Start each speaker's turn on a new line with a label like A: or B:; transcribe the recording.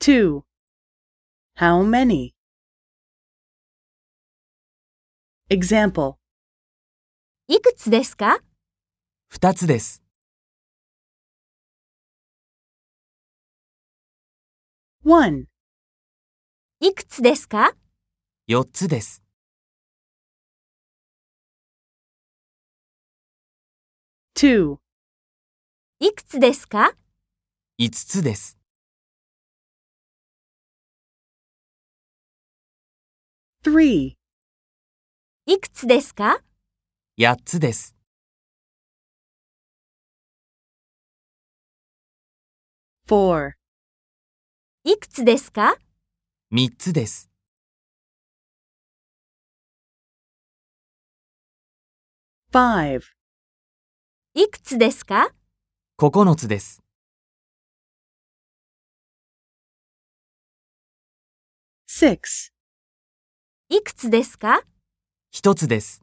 A: 2. How many? Example
B: いくつですか
C: 二つです。
A: 1,
B: いくつですか
C: 四つです。
A: 2,
B: いくつですか
C: 五つです。
A: 3,
B: いくつですか
C: 八つです。
A: 4,
B: いくつですか
C: 三つです。
A: 5,
B: いくつですか
C: 九つです。
A: 6.
B: いくつですか
C: 一つです。